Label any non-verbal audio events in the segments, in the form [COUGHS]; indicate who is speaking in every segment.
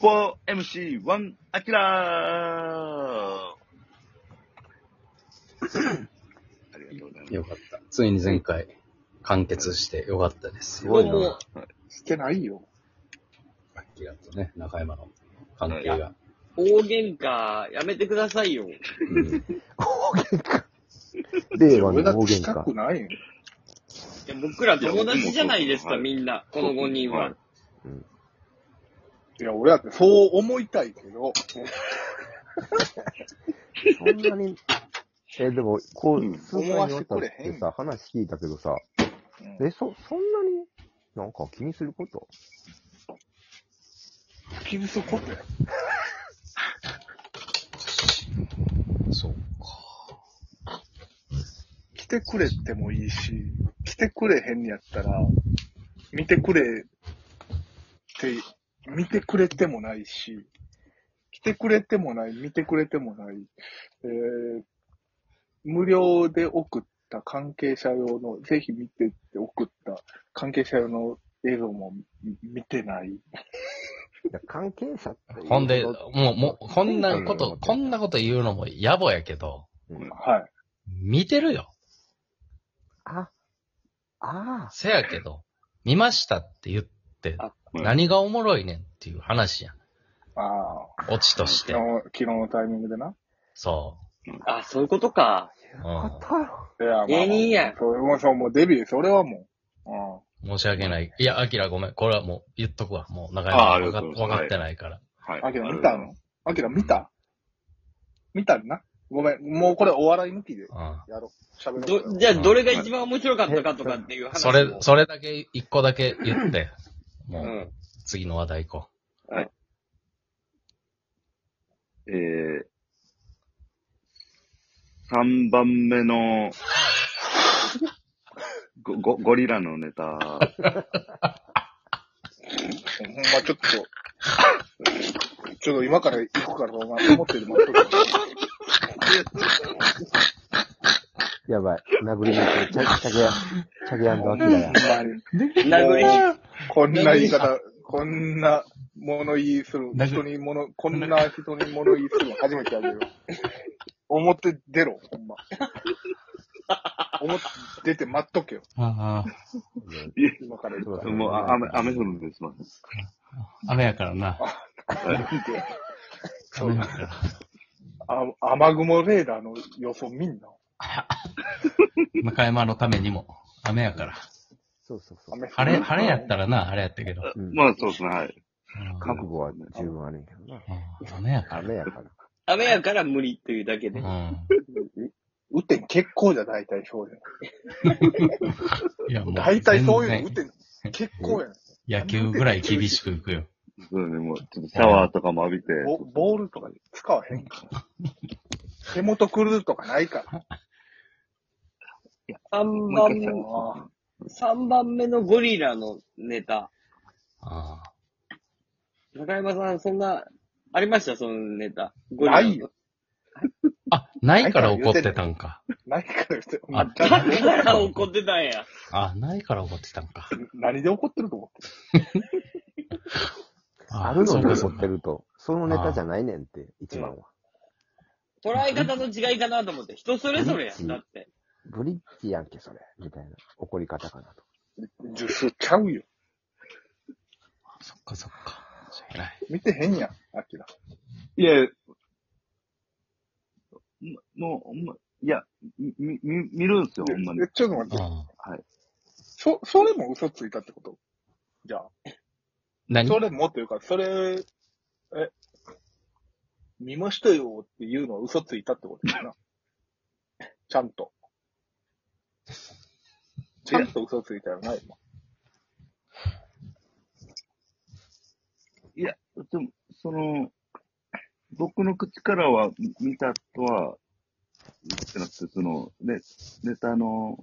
Speaker 1: 4MC1 アキラーありがとうございます。
Speaker 2: よかった。ついに前回、完結してよかったです。
Speaker 1: すごいな
Speaker 2: ろろ
Speaker 3: してないよ。
Speaker 2: アキラとね、中山の関係が。
Speaker 4: 大喧嘩、やめてくださいよ。
Speaker 2: うん
Speaker 5: 令和
Speaker 3: 俺だ
Speaker 5: の
Speaker 3: っ
Speaker 5: 大
Speaker 3: て
Speaker 5: 喧
Speaker 3: した
Speaker 5: 嘩。
Speaker 3: くないよ。
Speaker 4: いや僕ら友達じゃないです
Speaker 1: い
Speaker 4: か、
Speaker 1: や僕もそう
Speaker 4: みんな。この5人
Speaker 1: はい
Speaker 4: は。
Speaker 3: いや、俺だってそう思いたいけど、
Speaker 5: そんなに、 [LAUGHS] え、でも、こ
Speaker 3: うん
Speaker 5: う、数回にわ
Speaker 3: 思
Speaker 5: たっ
Speaker 3: わせてくれへ
Speaker 5: て
Speaker 3: ん
Speaker 5: さ、話聞いたけどさ、
Speaker 3: うん
Speaker 5: え、そ、そんなに、なんか気にすること
Speaker 3: 気にすることや。
Speaker 2: そう。
Speaker 3: 来てくれってもいいし、来てくれへんにやったら、見てくれって、見てくれてもないし、来てくれてもない、見てくれてもない、えー、無料で送った関係者用の、ぜひ見てって送った関係者用の映像も見見てない。
Speaker 5: いや関係者っていう
Speaker 2: ほんで、
Speaker 5: こと
Speaker 2: もう、もう、こんなこ
Speaker 5: う
Speaker 2: と、
Speaker 5: ん
Speaker 2: こんなこと言うのも野暮やけど、
Speaker 5: うん
Speaker 3: はい。
Speaker 2: 見てるよ。
Speaker 5: あ、ああ、
Speaker 2: せやけど、見ましたって言って
Speaker 4: あ、
Speaker 1: うん
Speaker 2: 何がおもろいねんっていう話やん。
Speaker 3: ああ。
Speaker 2: オチとし
Speaker 3: 昨
Speaker 2: て
Speaker 3: 日。、昨日のタイミングでな。
Speaker 2: そ
Speaker 4: あ、そういうことか。
Speaker 2: う。うん。
Speaker 5: たよ。
Speaker 3: いや、まあ
Speaker 4: 芸人や
Speaker 3: それもそう、もうデビュー、それはもう。う
Speaker 2: 申
Speaker 3: ん。
Speaker 2: し訳ない。いや、アキラごめん。これはもう言っとくわ。もう中
Speaker 1: ああ
Speaker 2: 山
Speaker 1: り
Speaker 2: わ
Speaker 1: が
Speaker 2: か
Speaker 1: とうござい
Speaker 2: わ
Speaker 1: ます
Speaker 2: かってないから。
Speaker 1: はい。
Speaker 3: アキラ見たのアキラ見た見たなごめん、もうこれお笑い抜きで
Speaker 2: うん。
Speaker 3: やろう。喋ろ
Speaker 4: ど
Speaker 3: う。
Speaker 4: じゃあ、どれが一番面白かったかとかっていう話も。
Speaker 2: それ、それだけ、一個だけ言って、
Speaker 4: う。
Speaker 2: もうん次の話題行こ
Speaker 1: えー、3番目の、ご、ご、ゴリラのネ
Speaker 3: [LAUGHS]
Speaker 1: タ。
Speaker 3: ほんまちょっと、 [LAUGHS] ちょっと今から行くから、お前思ってる待っとけ
Speaker 5: やばい。殴りに行く。チャチャ
Speaker 3: [LAUGHS]
Speaker 5: ゲや、チャゲアンドアキラや。
Speaker 3: ほんまに
Speaker 4: 殴りに。
Speaker 3: こんな言い方、こんな物言いする、
Speaker 2: 殴り
Speaker 3: 人に物、こんな人に物言いするの初めてやるよ。表出ろ、ほんま。表出て待っとけよ、
Speaker 2: う。あ
Speaker 3: 今から行
Speaker 5: そ
Speaker 3: く
Speaker 5: う
Speaker 3: か
Speaker 5: だね
Speaker 1: もう、あ雨、雨降るんです、まず。
Speaker 2: あ、雨やからな。
Speaker 3: ら。
Speaker 2: 雨やから。
Speaker 3: あ雨雲レーダーの予想見んな。
Speaker 2: 中山のためにも。雨やから。
Speaker 5: そうそうそう。
Speaker 3: 雨
Speaker 2: 晴れ、晴れやったらな、あれやったけど。
Speaker 5: うん
Speaker 1: まあ、そうですね、はい。
Speaker 2: うん
Speaker 5: 覚悟は十分あるんやけどな。
Speaker 2: うん雨やから。
Speaker 5: 雨やから。
Speaker 4: 雨やから無理というだけ
Speaker 2: う
Speaker 4: で。
Speaker 2: ん。
Speaker 3: 雨天結構じゃ大体そうじゃ
Speaker 2: いや、もう。
Speaker 3: 大体そういう
Speaker 2: 全
Speaker 3: の雨
Speaker 2: 然
Speaker 3: 天結構やん。
Speaker 2: 野球ぐらい厳しくいくよ。
Speaker 1: そうですね、もう、ちょっとシャワーとかも浴びて。
Speaker 3: ボボールとか使わへんから。手元くるとかないから。
Speaker 4: 3
Speaker 1: もう
Speaker 4: 番
Speaker 1: 一回
Speaker 4: 目
Speaker 1: シャ
Speaker 4: の、
Speaker 1: ワー
Speaker 4: 3番目のゴリラのネタ。
Speaker 2: あ
Speaker 4: 中山さん、そんな、ありましたそのネタ。ゴリラの
Speaker 3: ないよ。
Speaker 2: ああ、ないから怒ってたんか。
Speaker 3: ないからして。お
Speaker 2: あ
Speaker 3: 前誰
Speaker 4: だから [LAUGHS] 怒ってたんや。
Speaker 2: あ、ないから怒ってたんか。
Speaker 3: 何で怒ってると思って
Speaker 5: ある
Speaker 2: そ
Speaker 5: の
Speaker 2: う
Speaker 5: に
Speaker 2: かそう
Speaker 5: 怒
Speaker 2: か
Speaker 5: ってると、そのネタじゃないねんって、一番は。
Speaker 4: 捉え方の違いかなと思って。人それぞれやん。だって。
Speaker 5: ブリッジやんけ、それ。みたいな。怒り方かなと。
Speaker 3: る。受賞ちゃうよ。
Speaker 2: そっかそっか。しゃあない
Speaker 3: 見てへんやん、アキラ。
Speaker 1: いや、もう、ほんま、いや、み、み、み見るんですよ、ほんまに
Speaker 3: え。ちょっと待って。
Speaker 2: うん
Speaker 3: そ、それも嘘ついたってことじゃあ。
Speaker 2: 何
Speaker 3: それもというか、それ、え、見ましたよっていうのは嘘ついたってことだな。 [LAUGHS] ちゃんと。ちゃんと嘘ついたよな、今。
Speaker 1: いや、でも、その、僕の口からはみ見たとは、言ってなくて、その、ね、ネタの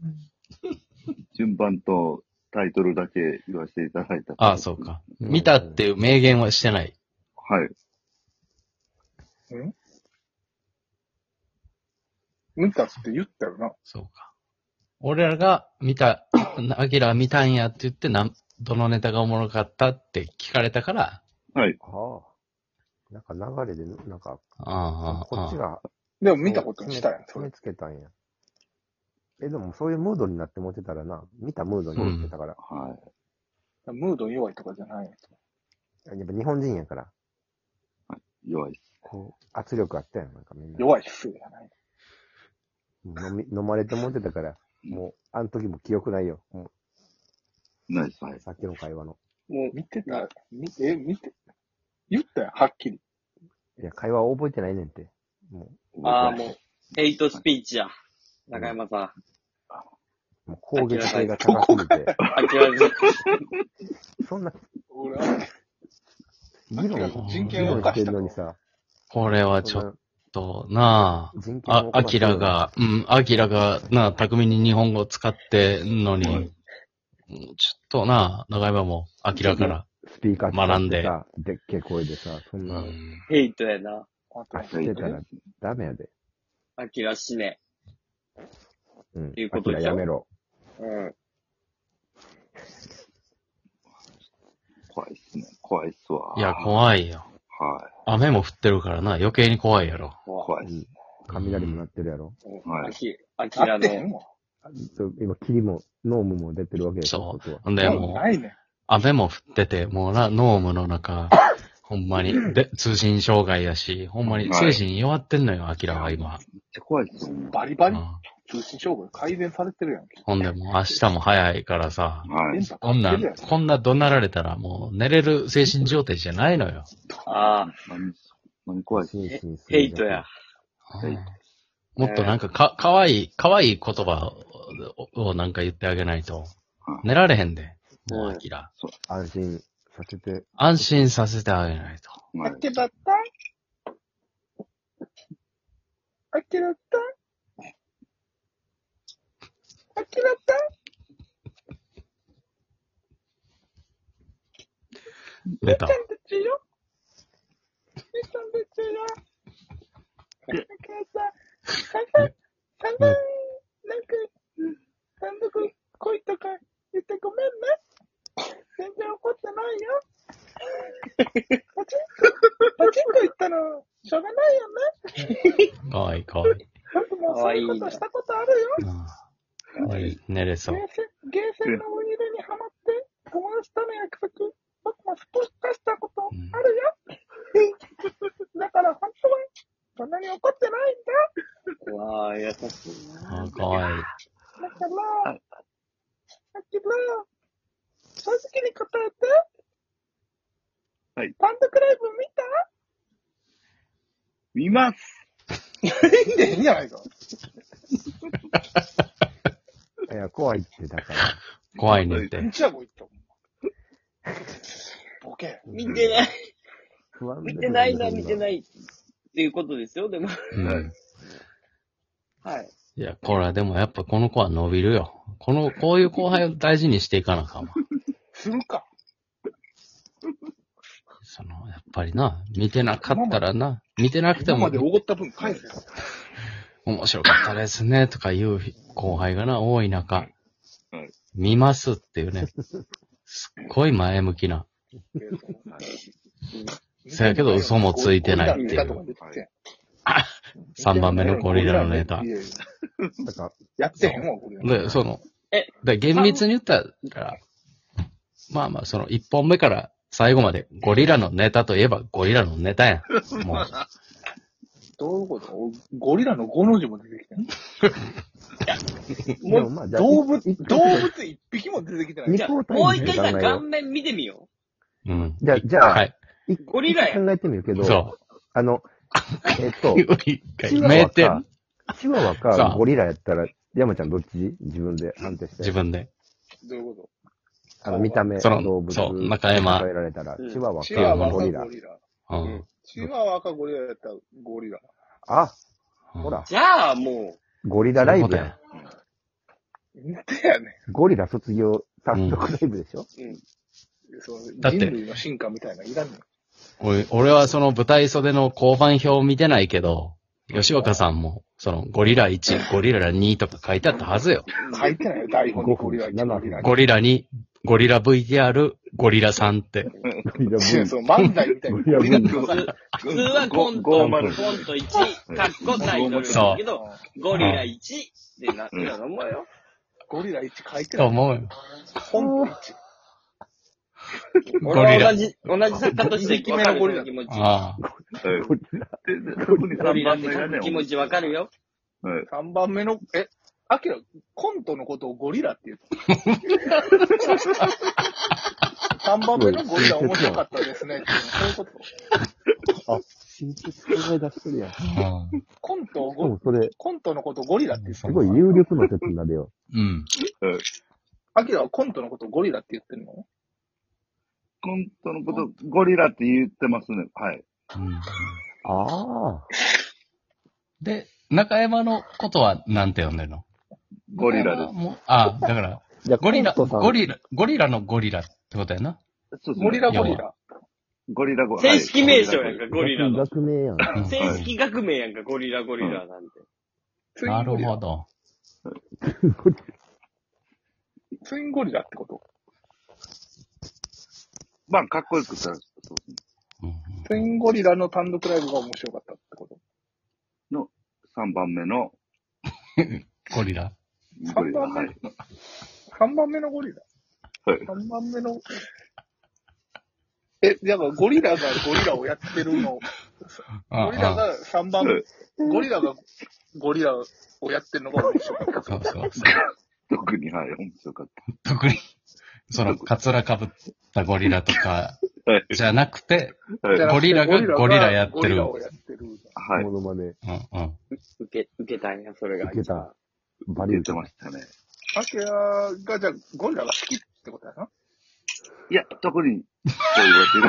Speaker 1: 順番とタイトルだけ言わせていただいた。
Speaker 2: ああ、そう。か。見たっていう明言はしてない。
Speaker 1: はい。
Speaker 3: 見たって言ったよな。
Speaker 2: そうか。俺らが見た、 [CLEARS THROAT] アキラが見たんやって言って、なん、どのネタがおもろかったって聞かれたから、
Speaker 5: はなんか流れで、なんか、
Speaker 2: ああ、
Speaker 5: こっちが、
Speaker 3: でも見たことしたやん、そ
Speaker 5: 決め
Speaker 3: れ。
Speaker 5: つけたんや。え、でもそういうムードになってもってたらな、見たムードになってたから、
Speaker 1: は
Speaker 3: ムード弱いとかじゃないやん。
Speaker 5: やっぱ日本人やから、
Speaker 1: い。弱いっす。
Speaker 5: こう、圧力あったやん、なんかみんな。
Speaker 3: 弱いっすよじゃない。
Speaker 5: 飲み飲まれてもってたから、もう、あの時も記憶ないよ。も
Speaker 1: ナイス、は
Speaker 5: う
Speaker 1: い。
Speaker 5: さっきの会話の。
Speaker 4: も
Speaker 3: 見てた、見て、え見て、言ったやん、はっきり。
Speaker 5: いや、会話覚えてないねんて。も
Speaker 4: う、ああ、もう、ヘイトスピーチや。中山さん。
Speaker 5: う、もう攻撃性が高すぎて、
Speaker 4: あきらず、
Speaker 5: そんな
Speaker 3: 俺は、
Speaker 5: 議論、
Speaker 2: 人
Speaker 5: 議
Speaker 2: 権を
Speaker 5: 論
Speaker 2: 犯
Speaker 5: してんのにさ、
Speaker 2: これはち
Speaker 5: そん
Speaker 2: ょっ
Speaker 5: な
Speaker 2: とな
Speaker 5: 人権
Speaker 2: あ、あ
Speaker 5: を、
Speaker 2: ア
Speaker 5: 犯し
Speaker 2: キ
Speaker 5: てる
Speaker 2: ラ
Speaker 5: のに。
Speaker 2: が、うん、アキラがなあ、巧みに日本語を使ってんのに、
Speaker 1: はい
Speaker 2: うんちょっとなあ、長山も、アキラから、
Speaker 5: スピーカー
Speaker 2: 学んで
Speaker 5: 使ってさ、でっけえ声でさ、そん
Speaker 2: う
Speaker 5: な、
Speaker 2: ん、
Speaker 4: ヘイトやな。
Speaker 3: あ
Speaker 5: あ
Speaker 3: と
Speaker 5: してたらダメやで。
Speaker 4: あきらしね。
Speaker 5: うん
Speaker 4: いうこと
Speaker 5: ア
Speaker 4: で
Speaker 5: キ
Speaker 4: しょ
Speaker 5: ラやめろ。
Speaker 4: うん。
Speaker 1: 怖いっすね。怖いっすわ。
Speaker 2: いや、
Speaker 1: い。
Speaker 2: 怖いよ。
Speaker 1: はい。
Speaker 2: 雨も降ってるからな、余計に怖いやろ。
Speaker 4: 怖
Speaker 1: 怖いっすね。
Speaker 5: 雷も鳴ってるやろ。
Speaker 1: はい
Speaker 4: あき、あき
Speaker 3: 合
Speaker 4: ら
Speaker 3: ってへん
Speaker 4: の、
Speaker 3: も
Speaker 5: あそう今、霧も、ノームも出てるわけでし
Speaker 2: そう
Speaker 5: ょ、ここは。
Speaker 2: ほん
Speaker 3: ん。
Speaker 2: で、もう、
Speaker 3: ないねん。
Speaker 2: 雨も降ってて、もうな、ノームの中、ほんまに、
Speaker 1: [COUGHS]
Speaker 2: で、通信障害やし、ほんまに
Speaker 1: は
Speaker 2: 精
Speaker 1: い
Speaker 2: 神弱ってんのよ、アキラは今。
Speaker 1: めっちゃ怖いっすよね。
Speaker 3: バリ
Speaker 2: う
Speaker 3: バリ
Speaker 2: ん、
Speaker 3: 通信障害改善されてるやんけ。
Speaker 2: ほんで、もう明日も早いからさ、
Speaker 1: はい
Speaker 3: 電。波
Speaker 2: こ
Speaker 3: 変
Speaker 2: ん
Speaker 3: わ
Speaker 2: な
Speaker 3: ってるや
Speaker 2: ん、
Speaker 3: ん。
Speaker 2: こんな怒鳴られたらもう寝れる精神状態じゃないのよ。
Speaker 4: ああ、
Speaker 1: 何、何怖いっす
Speaker 5: 心身
Speaker 4: ヘイトや。。
Speaker 1: は
Speaker 2: う
Speaker 1: い
Speaker 2: んもっとなんかか、かわいい、かわいい言葉ををなんか言ってあげないと
Speaker 1: は、い
Speaker 2: 寝られへんで、もう、
Speaker 4: うん
Speaker 2: アキラ。
Speaker 5: 安心させて、
Speaker 2: 安心させてあげないと。
Speaker 1: はい。
Speaker 3: けだったあけだったあけだった
Speaker 2: 寝た。
Speaker 3: んたちよみーちゃんたちよお母さん、寒い、寒い、なんか、単独来いとか言ってごめんね。全然怒ってな
Speaker 2: [LAUGHS]
Speaker 3: いよ。パチンコ、パチンコ行ったの、しょうがないよね。
Speaker 2: かわいい、
Speaker 3: [LAUGHS]
Speaker 2: かわいい。
Speaker 3: 僕もそういうことしたことあるよ。
Speaker 2: うんはい、寝れ
Speaker 3: ゲ
Speaker 2: そう
Speaker 3: ー。セン、ゲーセンの思い出にハマって、友達との約束、僕もすっぽかしたことあるよ。だから本当は、そんなに怒ってないん
Speaker 4: うわあ、優しいな。
Speaker 2: あかわいい。
Speaker 3: だ。だから、だけど、正直に答えて。
Speaker 1: はい
Speaker 3: 単独ライブ見た
Speaker 1: 見ます
Speaker 3: いいんでいいんじゃないか。
Speaker 5: いや、怖いって、だから。
Speaker 2: 怖いねっ
Speaker 3: う
Speaker 2: て。
Speaker 3: ちはもういいと思う。ボケ。
Speaker 4: 見てない、
Speaker 5: 不安。
Speaker 4: 見てないな、見てないい。っていうことですよ、でも。
Speaker 2: うん。
Speaker 4: はい。
Speaker 2: いや、これはでもやっぱこの子は伸びるよ。この、こういう後輩を大事にしていかなあ
Speaker 4: [LAUGHS]
Speaker 2: かんわ。
Speaker 3: するか。
Speaker 2: その、やっぱりな、見てなかったらな、見てなくて
Speaker 3: 今ま
Speaker 2: も
Speaker 3: でおごった分返せよ。
Speaker 2: 面白かったですね、とか言う後輩がな、多い中
Speaker 1: はい、
Speaker 2: 見ますっていうね、すっごい前向きな。せやけど嘘もついてないっていう3番目のゴリラのネタ
Speaker 3: い。やいや
Speaker 5: だから、
Speaker 3: やってへんわ、ゴリラのネタ。
Speaker 2: で、その、
Speaker 4: え
Speaker 2: で厳密に言ったら、まあまあ、その1本目から最後までゴリラのネタといえばゴリラのネタやん。もう、
Speaker 3: どういうことゴリラの5の字も出てきてん
Speaker 5: で
Speaker 3: も
Speaker 5: も
Speaker 3: う
Speaker 5: まあ、じゃあ
Speaker 3: 動物、動
Speaker 5: 一個
Speaker 3: 物一匹も出てきてない。
Speaker 5: 二
Speaker 4: じゃあ、
Speaker 5: 交代
Speaker 4: もう一回
Speaker 5: 考え
Speaker 4: さ、
Speaker 5: よ
Speaker 4: 顔
Speaker 5: う
Speaker 4: 面見てみよ
Speaker 2: うん。
Speaker 5: じゃあじゃあ
Speaker 2: はい。
Speaker 5: 一個
Speaker 4: ゴリラや
Speaker 5: 考えてみるけど、
Speaker 2: そ
Speaker 5: あの、えっと
Speaker 2: う。、一回、
Speaker 5: チワワ
Speaker 2: 名
Speaker 5: か
Speaker 2: 店、、
Speaker 5: チワワ
Speaker 2: さ
Speaker 5: か
Speaker 2: あ
Speaker 5: ゴリラやったら、山ちゃんどっち自分で判定して。
Speaker 2: 自分で。
Speaker 3: どういうこ
Speaker 5: あの、見た目、
Speaker 2: その
Speaker 5: 動物、
Speaker 2: そう中山
Speaker 5: 例えられたら、
Speaker 4: うん
Speaker 5: チワ
Speaker 3: と
Speaker 5: ワか
Speaker 3: チワワか
Speaker 5: ゴ
Speaker 3: ゴ
Speaker 5: リ
Speaker 3: リ
Speaker 5: ラ。
Speaker 3: ラ。
Speaker 2: うん
Speaker 4: うん
Speaker 3: チワワかゴリラやったらゴリラ。
Speaker 5: あ、ほら
Speaker 4: う。、じゃあ、も
Speaker 5: ゴリラライ
Speaker 2: そういうこ
Speaker 5: ブ
Speaker 2: と
Speaker 5: や
Speaker 2: や
Speaker 5: ん。
Speaker 3: なんてやね
Speaker 5: ゴリラ卒業単独ライブでしょ、
Speaker 4: う、うん。
Speaker 3: んその
Speaker 2: だって
Speaker 3: 人類の進化みたいな、いらんねん。
Speaker 2: 俺、俺はその舞台袖の交番表を見てないけど、吉岡さんも、その、ゴリラ1、ゴリラ2とか書いてあったはずよ。
Speaker 3: 書いてないよ、台本にゴリラ1、ゴリラ2。
Speaker 2: ゴリラ2、ゴリラ VTR、ゴリラ3って。
Speaker 5: リラ
Speaker 3: 違うそう、漫才みたいな。
Speaker 5: V。ゴリラ V。
Speaker 4: 普通普通はコント、コント
Speaker 1: 505
Speaker 4: 1、カッコタイトルだけど、ゴリラ1ってなってたと思うよ。
Speaker 3: ゴリラ1書い
Speaker 2: と
Speaker 3: てない。
Speaker 2: 思うよ。
Speaker 3: 本1。
Speaker 2: ゴ
Speaker 4: 俺
Speaker 2: リ
Speaker 4: は
Speaker 2: ラ
Speaker 4: 同。じ、同じ作家として分かるよ気持ち。
Speaker 2: ああ。
Speaker 4: [LAUGHS]
Speaker 1: はい
Speaker 5: ゴリラ
Speaker 1: でで特 [LAUGHS] に
Speaker 4: ゴリ
Speaker 1: 3
Speaker 4: ラっ
Speaker 1: 番
Speaker 4: て
Speaker 1: 目が
Speaker 4: 書
Speaker 1: ね
Speaker 4: く、気持ち分かるよ。
Speaker 1: はい
Speaker 3: 3番目の、え、アキラ、コントのことをゴリラって言っ
Speaker 2: [LAUGHS]
Speaker 3: てた。3番目のゴリラ面白かったですねっていうのそういうこと。
Speaker 5: あ、新設考え出してるやん。し
Speaker 2: う
Speaker 3: コントを
Speaker 5: か
Speaker 3: ゴ
Speaker 5: もそれ、
Speaker 3: コントのことをゴリラって言って
Speaker 5: すごい有力な説になるよ。
Speaker 2: ん。
Speaker 1: はい。
Speaker 3: た。アキラはコントのことをゴリラって言ってるの
Speaker 1: コントのこと、ゴリラって言ってますね。はい。
Speaker 2: うん。
Speaker 5: ああ。
Speaker 2: で、中山のことはなんて呼んでるの
Speaker 1: ゴリラで
Speaker 2: あもうあ、だから、
Speaker 5: じゃあ
Speaker 2: ゴリラ、
Speaker 5: コントさん
Speaker 2: ゴリラ、ゴリラのゴリラってことやな。
Speaker 1: す。そうですね
Speaker 3: ゴリラゴリ
Speaker 2: い
Speaker 3: ラ。
Speaker 1: ゴリラゴリラ。
Speaker 4: 正式名称やん
Speaker 1: はい
Speaker 4: か、ゴリラの。
Speaker 5: 学名やん。
Speaker 2: うん
Speaker 4: 正式学名やんか、ゴリラゴリラなんて。
Speaker 3: ツイ
Speaker 2: な
Speaker 3: ンゴ
Speaker 2: る
Speaker 3: リラ
Speaker 2: ほ。ど。
Speaker 3: ツインゴリラってこと
Speaker 1: まあ、かっこよくさ、そうですね
Speaker 2: うんうん
Speaker 3: ツインゴリラの単独ライブが面白かったってこと
Speaker 1: の3番目の
Speaker 2: ゴリラ。
Speaker 1: ゴリラ。
Speaker 3: 三番
Speaker 1: はい。
Speaker 3: ?3 番目のゴリラ。
Speaker 1: はい
Speaker 3: 3番目の、え、だからゴリラがゴリラをやってるのゴリラ
Speaker 2: ああ
Speaker 3: が3番
Speaker 1: はい、
Speaker 3: ゴリラがゴリラをやってるのが面白かった。
Speaker 2: そうそうそう。
Speaker 1: [LAUGHS] 特に、はい、面白かっ
Speaker 2: 特に、その、カツラかぶったゴリラとか、
Speaker 1: た。はい。
Speaker 2: じゃなくて、
Speaker 1: はい。
Speaker 3: じゃなくて
Speaker 2: ゴリラがゴリラやってる
Speaker 3: ゴリラをやってる。
Speaker 1: はい。
Speaker 5: モノマネ、
Speaker 2: うんうん。
Speaker 4: 受け、受けたんや、それが。
Speaker 5: 受けた。バリ
Speaker 1: 出
Speaker 5: ュ
Speaker 1: てま
Speaker 5: ー。
Speaker 1: したね。
Speaker 3: アキラが、じゃあゴリラが好きってことやな。 [LAUGHS]
Speaker 1: いや、特に、そう言われてる。